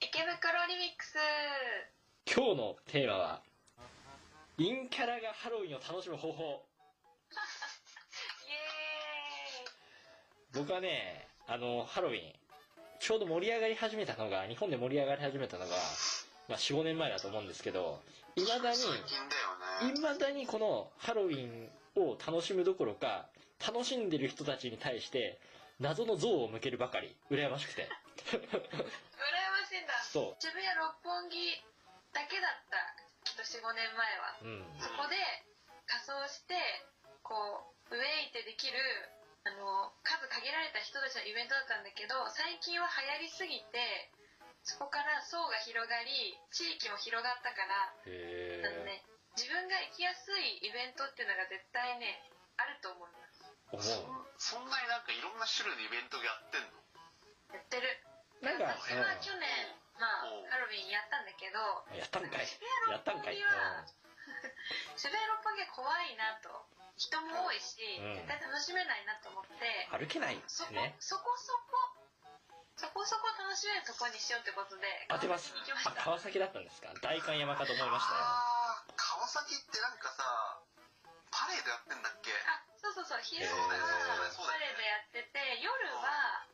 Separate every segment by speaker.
Speaker 1: 池袋リミックス
Speaker 2: 今日のテーマは、陰キャラがハロウィンを楽しむ方法。
Speaker 1: イエーイ
Speaker 2: 僕はね、あの、ハロウィン、ちょうど盛り上がり始めたのが、日本で盛り上がり始めたのが、まあ、4、5年前だと思うんですけど、いまだに、
Speaker 3: 最近だよね
Speaker 2: いまだにこのハロウィンを楽しむどころか、楽しんでる人たちに対して、謎の像を向けるばかり、羨ましくて。
Speaker 1: 羨ましいんだ
Speaker 2: そ
Speaker 1: 渋谷六本木だけだったきっと45年前は
Speaker 2: う。うん。
Speaker 1: そこで仮装してこうウェイってできるあの数限られた人たちのイベントだったんだけど最近は流行りすぎてそこから層が広がり地域も広がったから
Speaker 2: へ
Speaker 1: あの
Speaker 2: え。
Speaker 1: ね自分が行きやすいイベントっていうのが絶対ねあると思います
Speaker 2: 思
Speaker 3: そ
Speaker 2: うん
Speaker 3: そんなになんかいろんな種類のイベントがやってんの
Speaker 1: やってる
Speaker 2: なんか
Speaker 1: 私は去年ま
Speaker 3: う
Speaker 1: あ
Speaker 3: ん
Speaker 1: ハロウィンやったんだけど
Speaker 2: うんやったんかい。やったんかい。うん
Speaker 1: 渋谷六本木は怖いなと人も多いし、
Speaker 2: うん
Speaker 1: 絶対楽しめないなと思って、
Speaker 2: 歩けないで
Speaker 1: そ
Speaker 2: す
Speaker 1: こ、
Speaker 2: ね。
Speaker 1: そこそこ、そこそこ楽しめるとこにしようってことで、
Speaker 2: 当てます
Speaker 1: 行きまし
Speaker 2: あ、
Speaker 1: た。
Speaker 2: 川崎だったんですか代官山かと思いましたよ。
Speaker 3: あー川崎ってなんかさパレードやってんだっけ
Speaker 1: あ、そうそうそう、昼間
Speaker 2: へ
Speaker 1: は
Speaker 3: ー
Speaker 1: パレードやってて、夜は、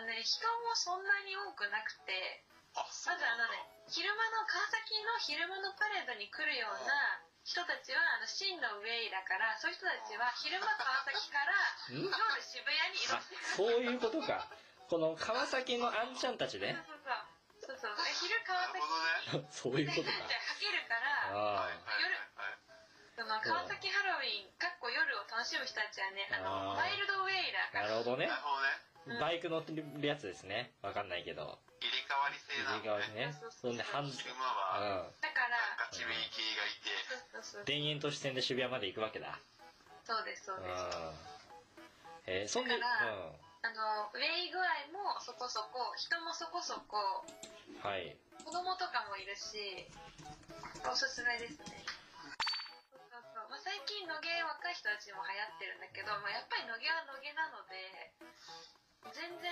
Speaker 1: あのね、人もそんなに多くなくて、
Speaker 3: あそ
Speaker 1: ま
Speaker 3: う
Speaker 1: ずあ
Speaker 3: な
Speaker 1: の
Speaker 3: んだ
Speaker 1: ね、昼間の、川崎の昼間のパレードに来るような人たちは、あの、真のウェイだから、そういう人たちは昼間川崎から、
Speaker 2: ん
Speaker 1: 夜渋谷にいま
Speaker 2: あ
Speaker 1: す。、
Speaker 2: そういうことか。この川崎のあんちゃんたちね。
Speaker 1: そうそうそう。そうそう。で昼川
Speaker 3: なる
Speaker 1: 崎
Speaker 2: そうい
Speaker 3: ほどね
Speaker 2: うこと
Speaker 1: で
Speaker 2: か
Speaker 1: じゃ。あかけるから、
Speaker 2: あ
Speaker 3: はいはいはい
Speaker 1: その川崎ハロウィン、かっこ夜を楽しむ人たちはね、あの、
Speaker 2: あ
Speaker 1: ワ
Speaker 2: ー
Speaker 1: イルドウェイだから。
Speaker 2: あ、なるほど
Speaker 3: はい
Speaker 2: ね
Speaker 3: な。る
Speaker 1: う
Speaker 3: ほどね
Speaker 1: ん
Speaker 2: バイク乗ってるやつですね。わかんないけど。
Speaker 3: 入れ替わり制な
Speaker 2: 右
Speaker 3: の
Speaker 2: 側に
Speaker 3: ね
Speaker 2: ね。そんで、半、う
Speaker 3: 昼間は
Speaker 2: ん。
Speaker 1: だか
Speaker 3: なん
Speaker 1: ら、
Speaker 3: かチビキがいて
Speaker 1: そうそうそう。
Speaker 2: 田園都市線で渋谷まで行くわけだ。
Speaker 1: そうです、そううんです。あ。
Speaker 2: えー、そんで、
Speaker 1: だ
Speaker 2: うん。
Speaker 1: から
Speaker 2: は
Speaker 1: の、ウェイ具合もそこそこ、人もそこそこ、
Speaker 2: い。
Speaker 1: 子供とかもいるし、おすすめですね。そうそうそう。まあ、最近、野毛若い人たちも流行ってるんだけど、まあ、やっぱり野毛は野毛なので、全然、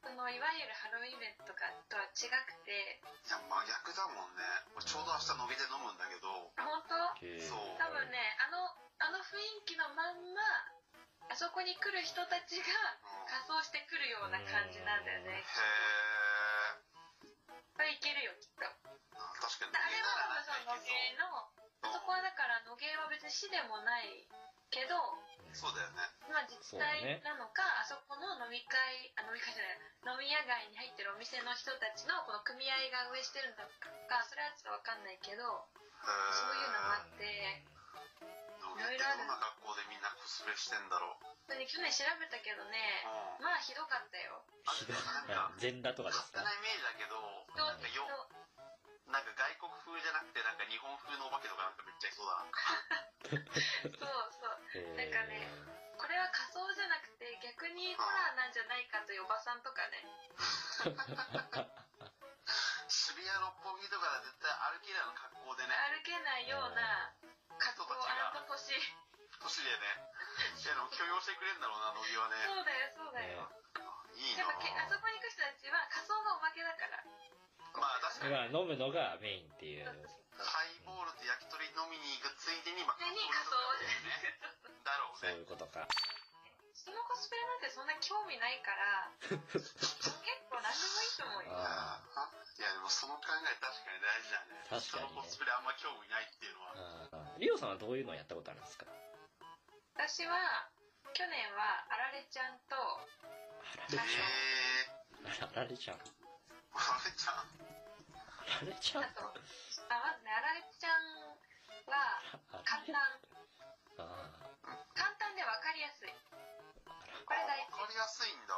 Speaker 1: その、いわゆるハロウィンイベントとかとは違くて、
Speaker 3: いや真逆だもんね俺ちょうど明日伸びで飲むんだけど
Speaker 1: あ本当
Speaker 2: えー
Speaker 3: そう
Speaker 1: 多分ね。あのあの雰囲気のまんまあそこに来る人たちが仮装してくるような感じなんだよね
Speaker 3: へえ
Speaker 1: これいけるよきっとあ
Speaker 3: 確かに
Speaker 1: れは多分その野芸のあそこはだから野芸は別に市でもないけど
Speaker 3: そうだよね
Speaker 1: まあ自治体なのか、あそこの飲み会あ飲み会じゃない飲み屋街に入ってるお店の人たちのこの組合が運営してるのかそれはちょっとわかんないけどそういうのもあっ て
Speaker 3: どうやってどんな学校でみんなコスプレしてんだろう
Speaker 1: 本当に去年調べたけどね
Speaker 3: うん
Speaker 1: まあひどかったよ
Speaker 2: ひどい
Speaker 3: なんか。
Speaker 2: 全裸とかで
Speaker 3: 勝
Speaker 2: す
Speaker 3: 手な
Speaker 2: か
Speaker 3: イメージだけど
Speaker 1: どう
Speaker 3: なんかよなんか外国風じゃなくてなんか日本風のお化けとかなんかめっちゃいそうだな
Speaker 1: そうそうな
Speaker 2: え
Speaker 1: んかねこれは仮装じゃなくて逆にホラーなんじゃないかというおばさんとかね
Speaker 3: 渋谷六本木とかは絶対歩きないの格好でね
Speaker 1: 歩けないような格好をあんとこしい
Speaker 3: 年でねいやでも許容してくれんだろうな乃木はね
Speaker 1: そうだよそうだ
Speaker 2: ね
Speaker 1: よ
Speaker 3: いい
Speaker 1: や
Speaker 3: な
Speaker 1: っぱけあそこに行く人たちは仮装がおまけだから
Speaker 3: まあ確かに
Speaker 2: まあ、飲むのがメインっていう。
Speaker 3: ハイボールと焼き鳥飲みに行くついでにまあ
Speaker 1: ついでに
Speaker 3: だよねだろう
Speaker 2: そうい
Speaker 3: ね
Speaker 2: うことか。
Speaker 1: 人のコスプレなんてそんな興味ないから結構何でもいいと思うよ
Speaker 2: あ
Speaker 3: いやでもその考え確かに大事だね
Speaker 2: 確かにね
Speaker 3: 人のコスプレあんま興味ないっていうのは
Speaker 2: うんリオさんはどういうのをやったことあるんですか
Speaker 1: 私は去年はあられちゃんと
Speaker 2: あら
Speaker 3: え
Speaker 2: れ
Speaker 3: え
Speaker 2: ちゃん。あられちゃん。
Speaker 3: あれ
Speaker 2: あられち
Speaker 3: ちゃん
Speaker 2: ゃん
Speaker 1: あ。とあまずねあられちゃんは
Speaker 2: あ
Speaker 1: 簡単
Speaker 2: あ
Speaker 1: 簡単で分かりやすい
Speaker 3: こ
Speaker 1: これ大事
Speaker 3: わかりやすいんだ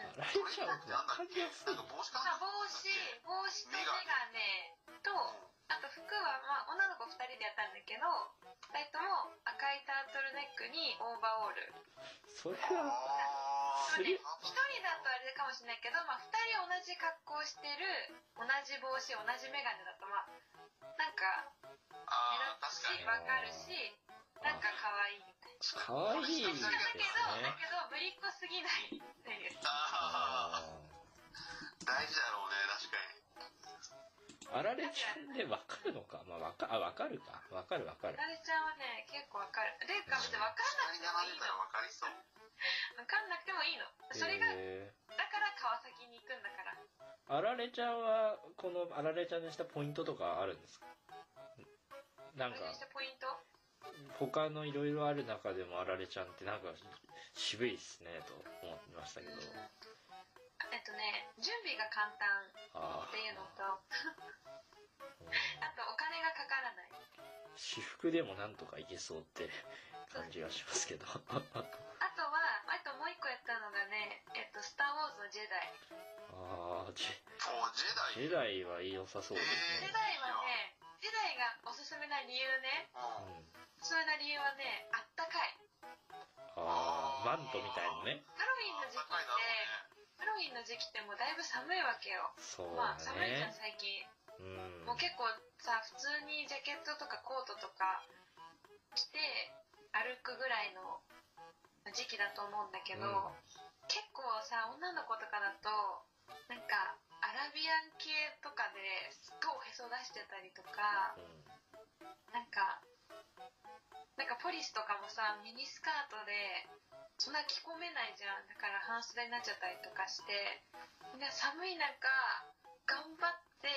Speaker 2: ー。あられちゃんってわかりやすい
Speaker 3: なん。か帽子か
Speaker 1: まあ、
Speaker 3: な
Speaker 1: 帽子帽子とメガネとあと服は、まあ、女の子2人でやったんだけど2人とも赤いタートルネックにオーバーオール
Speaker 2: それは、
Speaker 3: あ
Speaker 2: す
Speaker 1: 1人
Speaker 2: げえ
Speaker 1: だとあれかもしれないけど、まあ、2人同じ格好してる同じ帽子同じメガネだとまあなんか
Speaker 3: あー確か
Speaker 1: 目立つし
Speaker 3: に
Speaker 1: 分かるしなんか可愛いみたい
Speaker 2: かわいいですね
Speaker 1: な。だけどだけどぶりっ子すぎないっていう
Speaker 2: あ
Speaker 3: あー大事だろうね確かに
Speaker 2: あられちゃんでわかるのか。まあ、わか、あ、わかるか。わかるわかる。
Speaker 1: られちゃんはね、結構わかる。レイカってわかんなくてもいい
Speaker 3: たら
Speaker 1: の。
Speaker 3: 分かりそう。
Speaker 1: わかんなくてもいいの。それが、だ
Speaker 2: え
Speaker 1: から川崎に行くんだから。
Speaker 2: ーあられちゃんは、このあられちゃんにしたポイントとかあるんですかなんか
Speaker 1: そ、れにしたポイント
Speaker 2: 他のいろいろある中でもあられちゃんってなんか渋いっすね、と思ってましたけど。
Speaker 1: えっとね、準備が簡単
Speaker 2: ああ
Speaker 1: っていうのと、あとお金がかからない。
Speaker 2: 私服でもなんとかいけそうって感じがしますけど。
Speaker 1: あとは、あともう一個やったのがね、えっと、スター・ウォーズのジェダイ。
Speaker 2: ああ、ジ
Speaker 3: おジ
Speaker 2: ェジ
Speaker 3: ェダイ。
Speaker 2: ェダイは良さそうで
Speaker 1: ジ
Speaker 2: す
Speaker 1: ェ
Speaker 2: ね
Speaker 1: ダ。イはね、ジェダイがおすすめな理由ね、
Speaker 3: うん
Speaker 1: おすすめな理由はね、あったかい。
Speaker 2: うん、ああ、マントみたいのね。
Speaker 1: ハロウィンの時期
Speaker 3: 高いだ
Speaker 1: っ
Speaker 3: ろ
Speaker 1: て、
Speaker 3: うね。
Speaker 1: ハロウィンの時期ってもうだいぶ寒いわけよ。
Speaker 2: そう
Speaker 1: まあ
Speaker 2: だ
Speaker 1: 寒いじゃん
Speaker 2: ね。
Speaker 1: 最近。
Speaker 2: うん。
Speaker 1: もう結構さ、普通にジャケットとかコートとか着て歩くぐらいの時期だと思うんだけど、
Speaker 2: うん
Speaker 1: 結構さ、女の子とかだと、なんかアラビアン系とかですっごいおへそ出してたりとか、なんか、なんかポリスとかもさ、ミニスカートで、そんな着込めないじゃん。だから半袖になっちゃったりとかして、みんな寒い中、頑張って、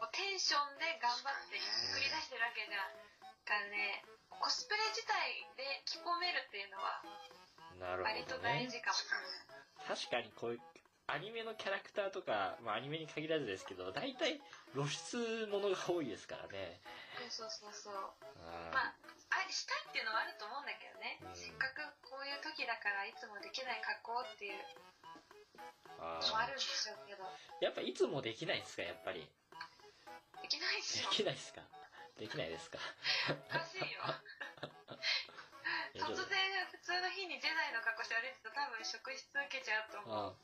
Speaker 1: もうテンションで頑張って作り出してるわけじゃん。だからね、コスプレ自体で着込めるっていうのは、
Speaker 2: うん。なる
Speaker 1: 割と
Speaker 2: ほど
Speaker 1: 大
Speaker 2: ね。
Speaker 1: 事かも
Speaker 3: 確
Speaker 1: し
Speaker 3: か
Speaker 1: れ
Speaker 3: に
Speaker 1: ない。
Speaker 2: 確かにこういう、アニメのキャラクターとか、まあアニメに限らずですけど、大体露出ものが多いですからね。
Speaker 1: そうそうそうそう。
Speaker 2: うん
Speaker 1: まあ、あしたいっていうのはあると思うんだけどね、
Speaker 2: うん
Speaker 1: せっかくこういう時だからいつもできない格好っていう
Speaker 2: あ
Speaker 1: のもあ
Speaker 2: あ
Speaker 1: るんでしょうけど
Speaker 2: やっぱいつもできないですか、やっぱり。
Speaker 1: できないでし
Speaker 2: で
Speaker 1: ょ
Speaker 2: きないですか。できないですか。
Speaker 1: おかしいよ
Speaker 2: いや
Speaker 1: 突
Speaker 2: ちょっと
Speaker 1: 然普通の日にジェダイの格好して歩いてたら多分職質受けちゃうと思う
Speaker 2: あ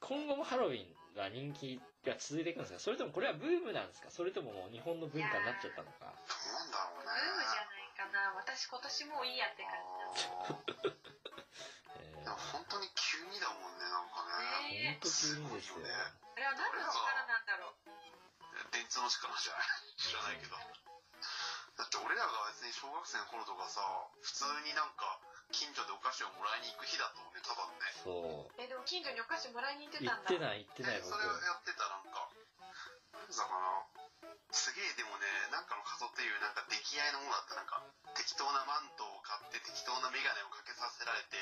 Speaker 2: 今後もハロウィンが人気が続いていくんですかそれともこれはブームなんですかそれとももう日本の文化になっちゃったのか
Speaker 3: どうなんだろう
Speaker 1: ブー
Speaker 3: ね。
Speaker 1: ムじゃないかな私今年もういいやって感じだ
Speaker 2: え
Speaker 3: あーいや本当に急にだもんね、なんか
Speaker 1: ねえ
Speaker 2: ー、ほん
Speaker 3: ね。
Speaker 2: と急にですよ
Speaker 3: すごいよね
Speaker 1: あれは何の力なんだろう
Speaker 3: 電通の力じゃない。知らないけど。だって俺らが別に小学生の頃とかさ、普通になんか、近所でお菓子をもらいに行く日だと思うね、ただのね。
Speaker 2: そ
Speaker 1: えでも近所にお菓子もらいに行って
Speaker 2: う行
Speaker 1: たん
Speaker 2: っ
Speaker 1: だ
Speaker 2: てない行ってない
Speaker 3: ね
Speaker 2: 僕
Speaker 3: それをやってたなんかなんだかなすげえでもねなんかの仮装っていうなんか出来合いのものだったなんか適当なマントを買って適当な眼鏡をかけさせられて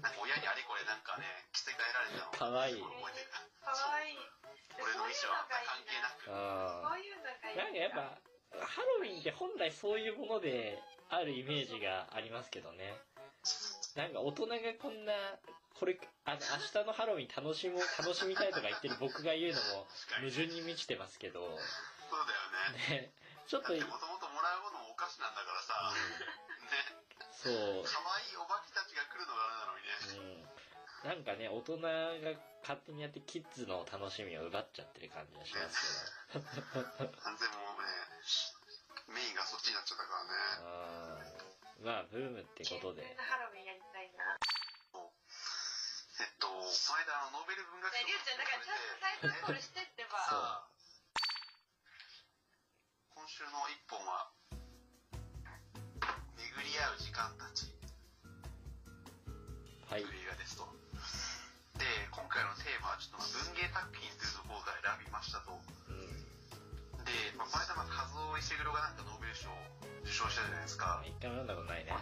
Speaker 3: なんか親にあれこれなんかね着せ替えられたの
Speaker 2: かわいい
Speaker 3: 覚えてる
Speaker 1: かわいい
Speaker 3: 俺の衣装は関係なく
Speaker 2: あ
Speaker 1: そういうのがい
Speaker 2: ー
Speaker 1: い
Speaker 2: なんかやっぱハロウィンって本来そういうものであるイメージがありますけどねなんか大人がこんなこれあの明日のハロウィン楽しもう楽しみたいとか言ってる僕が言うのも
Speaker 3: 確か
Speaker 2: 矛
Speaker 3: に
Speaker 2: 盾に満ちてますけど
Speaker 3: そうだよ
Speaker 2: ね
Speaker 3: ね
Speaker 2: ちょっと
Speaker 3: だってもともともらうものもお菓子なんだからさね
Speaker 2: そう
Speaker 3: 可愛いおばきたちが来るのがあれなのに
Speaker 2: うん
Speaker 3: ね
Speaker 2: なんかね、大人が勝手にやってキッズの楽しみを奪っちゃってる感じがします
Speaker 3: 完全もうねメインがそっちになっちゃったからね
Speaker 2: けど。うん。まあ、ブームって
Speaker 1: 健
Speaker 2: こと
Speaker 1: 全
Speaker 2: で。
Speaker 1: なハロウィンやりたいな
Speaker 3: えっと、この間、あのノーベル文学
Speaker 1: ねりゅうちゃんだからちゃんとタイトルコール
Speaker 3: 賞
Speaker 1: してってば
Speaker 3: さあ今週の一本は、巡り合う時間たち
Speaker 2: はい
Speaker 3: という。映画ですと。で、今回のテーマは、ちょっとまあ文芸作品というところから選びましたと。
Speaker 2: うん。
Speaker 3: で、まあ、この間、まあ、カズオ・イシグロがなんかノーベル賞を受賞したじゃないですか。
Speaker 2: 一回も読んだことないね。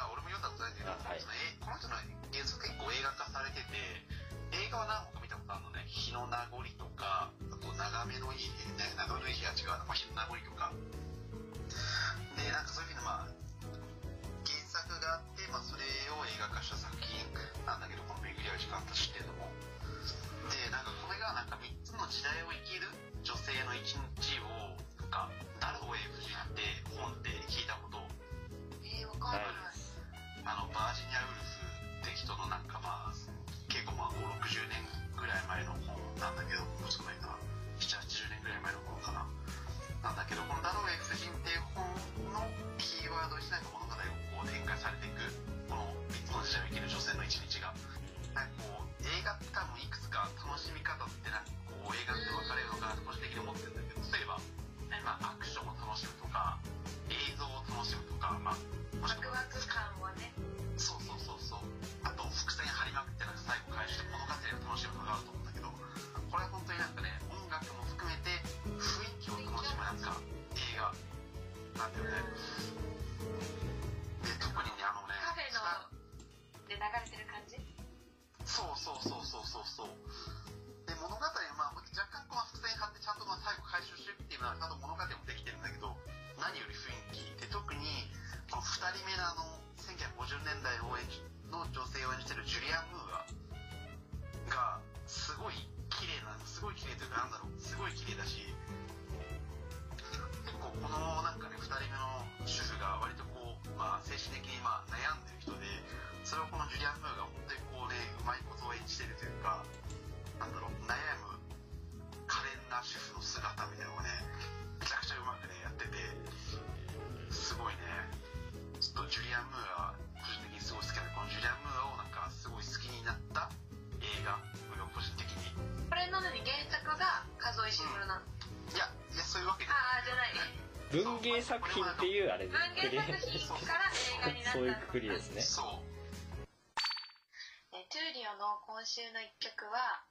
Speaker 3: あ、俺も読んだことないんだけ
Speaker 2: あ
Speaker 3: ど、
Speaker 2: はい
Speaker 3: そのえこの人の原作結構映画化されてて、映画は何本か見たことあるのね。日の名残とか、あと眺めのいい、ね、眺めのいい日は違うな、まあ、日の名残とか。で、なんかそういうふうにまあ、原作があって、まあ、それを映画化した作品なんだけど、この巡り合う時間たちっていうのも。で、なんかこれがなんか3つの時代を生きる女性の一日を、とか、誰を英夫人って本って聞いたこと
Speaker 1: えー、わかん
Speaker 2: は
Speaker 1: ない、
Speaker 2: い。
Speaker 3: あのバージニア・ウルフって人のなんかまあ結構まあ560年ぐらい前の本なんだけどもう少ないな780年ぐらい前の本かななんだけどこの「ダローエクス人」っていう本のキーワードにしないと物語がこう展開されていくこののはちゃんと物語もできてるんだけど何より雰囲気で特にこの2人目のあの1950年代を演じの女性を演じてるジュリアン・ムーアがすごい綺麗なんですすごい綺麗というかなんだろうすごい綺麗だし結構このなんかね2人目の主婦が割とこう、まあ、精神的にまあ悩んでる人でそれをこのジュリアン・ムーアが本当にこうねうまいことを演じてるというかなんだろう悩む可憐な主婦の姿みたいなのがねめちゃくちゃうまくねやっててすごいねちょっとジュリアン・ムーア個人的にすごい好きなんでこのジュリアン・ムーアをなんかすごい好きになった映画俺は個人的に
Speaker 1: これなのに原作が数え石黒なの。
Speaker 3: いやいやそういうわけじゃ
Speaker 1: ああ、じゃない。
Speaker 2: 文芸作品っていうあれで
Speaker 1: 文
Speaker 2: く
Speaker 1: 芸
Speaker 2: り
Speaker 1: 作品から映画になった
Speaker 2: そう
Speaker 1: の
Speaker 2: いうくくりですね
Speaker 3: そう
Speaker 1: えートゥーリオの今週の一曲は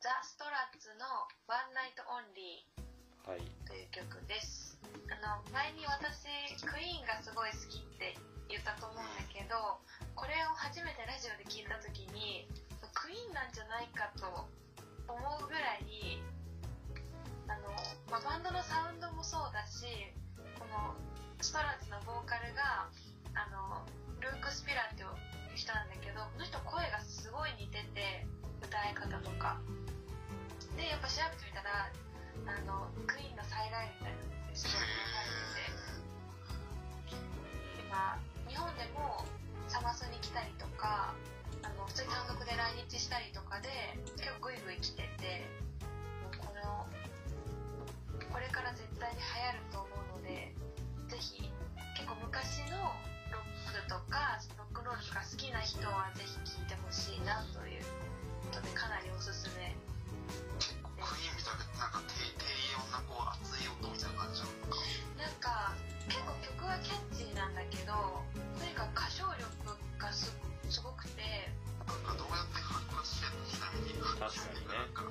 Speaker 1: ザ・ストラッツの「ワンナイト・オンリー
Speaker 2: はい」
Speaker 1: という曲ですあの前に私クイーンがすごい好きって言ったと思うんだけどこれを初めてラジオで聞いた時にクイーンなんじゃないかと思うぐらいあの、まあバンドのサウンドもそうだしこのストラッツのボーカルがあのルーク・スピラっていう人なんだけどこの人声がすごい似てて歌い方とかでやっぱ調べてみたらあのクイーンの再来みたいなのです
Speaker 3: へ
Speaker 1: ごい
Speaker 3: え
Speaker 1: 書いてて今日本でもサマスに来たりとかあの普通に単独で来日したりとかで結構グイグイ来ててもうこのこれから絶対に流行ると思うのでぜひ結構昔のロックとかロックンロールとか好きな人はぜひ聴いてほしいなということでかなりおすすめ
Speaker 3: 結構クイーンみたいななんか低低音なこう熱い音みたいな感じなのか
Speaker 1: なんか結構曲はキャッチーなんだけどとにかく歌唱力がすすごくて
Speaker 3: なんかどうやって発掘してんのちなみに確
Speaker 2: かにね
Speaker 3: なんか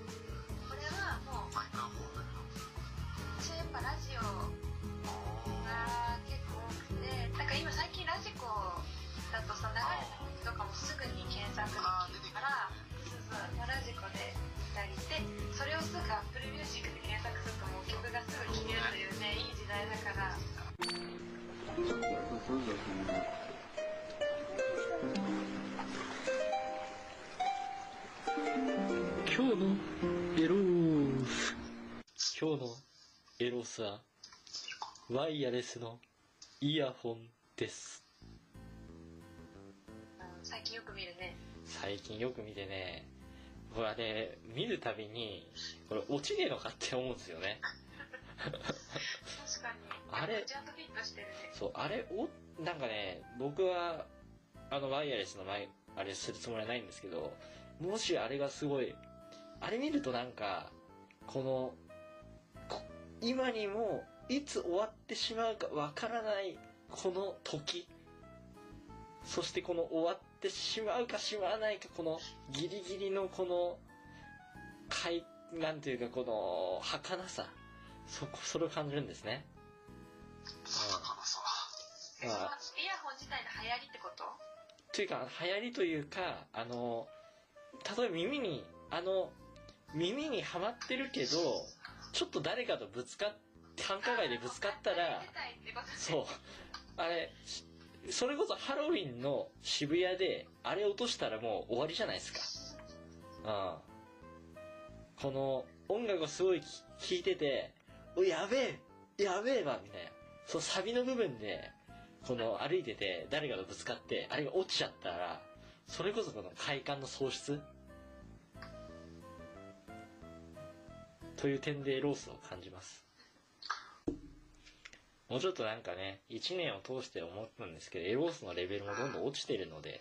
Speaker 1: これはもう
Speaker 3: 毎回思うんだけど
Speaker 1: 私やっぱラジオが
Speaker 3: あ
Speaker 1: 結構多くてなんか今最近ラジコだとさ流れた曲とかもすぐに検索できる
Speaker 3: あー出てく
Speaker 1: か
Speaker 3: る
Speaker 1: ら。
Speaker 3: ね
Speaker 1: そうそうラジコでたりしてそれをすぐ Apple Music で検索するともう曲がすぐ聴けるというねいい時代だから
Speaker 2: 今日のエロース今日のエロスはワイヤレスのイヤホンです
Speaker 1: うん最近よく見るね
Speaker 2: 最近よく見てね僕はね見るたびにこれ落ちねえのかって思うんですよね
Speaker 1: 確かに
Speaker 2: あれ
Speaker 1: ちゃんとフィットしてるね
Speaker 2: そうあれをなんかね僕はあのワイヤレスの前あれするつもりはないんですけどもしあれがすごいあれ見るとなんかこのこ今にもいつ終わってしまうかわからないこの時そしてこの終わってしまうかしまわないかこのギリギリのこの快なんていうかこの儚さそこそれを感じるんですね
Speaker 3: そうだからさ
Speaker 1: それはイヤホン自体の流行りってこと
Speaker 2: というか流行りというかあの例えば耳にあの耳にはまってるけどちょっと誰かとぶつかっ繁華街でぶつかったら
Speaker 1: 出たいってことね
Speaker 2: そうあれしそれこそハロウィンの渋谷であれ落としたらもう終わりじゃないですかうんこの音楽をすごい聴いてて「おやべえやべえわ」みたいなそのサビの部分でこの歩いてて誰かとぶつかってあれが落ちちゃったらそれこそこの快感の喪失という点でロースを感じますもうちょっとなんかね1年を通して思ったんですけどエロースのレベルもどんどん落ちてるので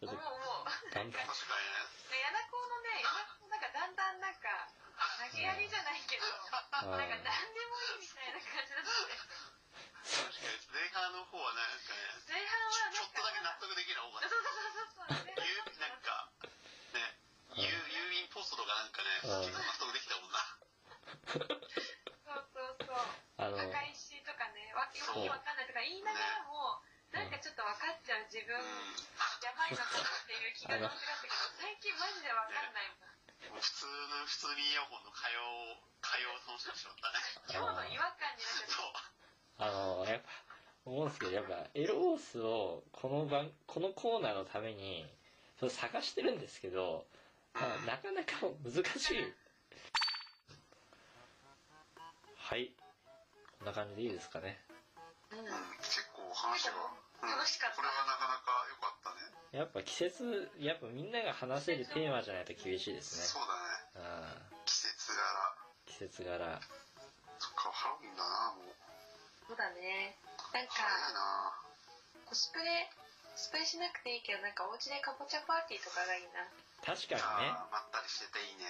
Speaker 1: いや
Speaker 2: ちょっ
Speaker 1: 思う
Speaker 2: と
Speaker 1: 思う
Speaker 2: 頑張って
Speaker 3: 確かにね
Speaker 1: で柳子のね柳子なんかだんだんなんか投げやりじゃないけど
Speaker 2: う
Speaker 1: な
Speaker 2: ん
Speaker 1: んか何でもいいみたいな感じだったね
Speaker 3: 確かに前半の方はなんかね
Speaker 1: 前半
Speaker 3: ち
Speaker 1: は
Speaker 3: ょちょっとだけ
Speaker 1: な
Speaker 3: 納
Speaker 1: んか
Speaker 3: 得できる方
Speaker 1: そうそうそうそう。
Speaker 3: が郵なんか
Speaker 2: うん
Speaker 3: ね郵郵便ポストとかなんか
Speaker 2: うん
Speaker 3: ね結構納得できたもんな
Speaker 1: そうそうそう。
Speaker 2: あの
Speaker 1: 赤石とかね、わけわけわかんないとか言いながらも、なんかちょっとわかっちゃう自分、
Speaker 3: うん
Speaker 1: やばいなと思っていう気が乗ってかったけど、最近マジでわかんないもん。
Speaker 3: わもう普通の、普通にイヤホンの会話を、会話を楽しんでしまったね。
Speaker 1: 今日の違和感になっちゃっ
Speaker 2: あの、
Speaker 3: そう。
Speaker 2: やっぱ、思うんですけど、やっぱ、エロースを、この番、このコーナーのために、そう探してるんですけど、まあなかなか難しい。はい。こんな感じでいいですかね。
Speaker 1: た。うん
Speaker 3: うん、結構話が、うん、
Speaker 1: 楽しかった
Speaker 3: これはなかなか良かったね。
Speaker 2: やっぱ季節、やっぱみんなが話せるテーマじゃないと厳しいですね。
Speaker 3: そうだね。
Speaker 2: ああ
Speaker 3: 季節
Speaker 2: 季節
Speaker 3: 柄。
Speaker 2: 柄。
Speaker 3: そっか、ハロウィンだな、もう。
Speaker 1: そうだね。なん
Speaker 3: 早
Speaker 1: か、
Speaker 3: いな。
Speaker 1: コスプレ、コスプレしなくていいけど、なんかお家でかぼちゃパーティーとかがいいな。
Speaker 2: 確かにね。
Speaker 3: あーまったりしてていいね。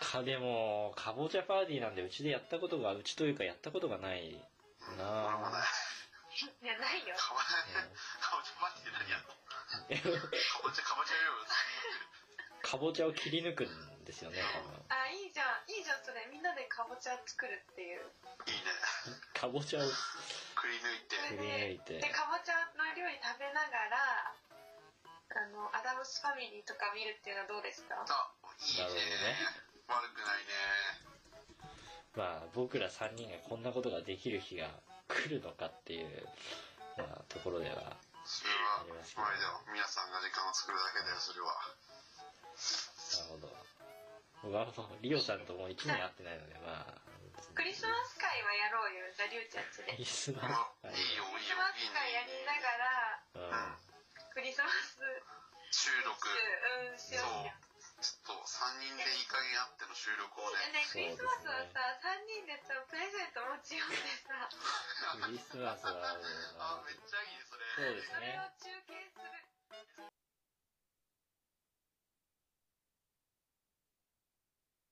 Speaker 2: か、でも、かぼちゃパーティーなんで、うちでやったことが、うちというかやったことが ない。
Speaker 3: うん、
Speaker 2: なあ
Speaker 3: 俺もね、
Speaker 1: いや、ないよ。
Speaker 3: かぼちゃ、かぼちゃパーティー何やった
Speaker 2: うん
Speaker 3: かぼちゃ、かぼちゃ料理。
Speaker 2: かぼちゃを切り抜くんですよね、
Speaker 1: あ、いいじゃん。いいじゃん、それ。みんなでかぼちゃ作るっていう。
Speaker 3: いいね。
Speaker 2: 多分。かぼちゃを
Speaker 3: くり抜いて。
Speaker 2: 切り抜いて
Speaker 1: で、。かぼちゃの料理食べながら、あの、アダムスファミリーとか見るっていうのはどうですか
Speaker 3: あ、いい
Speaker 2: なるほどね
Speaker 3: ね。悪くないね。
Speaker 2: まあ、僕ら3人がこんなことができる日が来るのかっていう、まあ、ところでは
Speaker 3: それ
Speaker 2: あ
Speaker 3: は、
Speaker 2: りますけど。
Speaker 3: まあいいだろう。皆さんが時間を作るだけだよ、それは。
Speaker 2: なるほど。僕はあの、リオさんともう1年会ってないので、まあ。
Speaker 1: クリスマス会はやろうよ、ザ・リュウちゃんちで。
Speaker 2: クリスマス
Speaker 3: まあ、
Speaker 2: 会
Speaker 3: いいよ、
Speaker 1: ク
Speaker 3: い
Speaker 1: リ
Speaker 3: い
Speaker 1: ス
Speaker 3: よ
Speaker 1: マ、ス
Speaker 3: いい
Speaker 1: 会やりな
Speaker 3: ね。
Speaker 1: がら、
Speaker 2: うん。
Speaker 1: クリスマス
Speaker 3: 収録。
Speaker 1: うん、し
Speaker 3: そう
Speaker 1: ようよ。。
Speaker 3: ちょっと、3人でいい加減あっての収 録をね。
Speaker 1: ね、クリスマスはさ、3人でさ、プレゼント持ち寄ってさ、
Speaker 2: クリスマスはもう、
Speaker 3: あ、めっちゃいいね、それ。
Speaker 2: そうです
Speaker 1: それを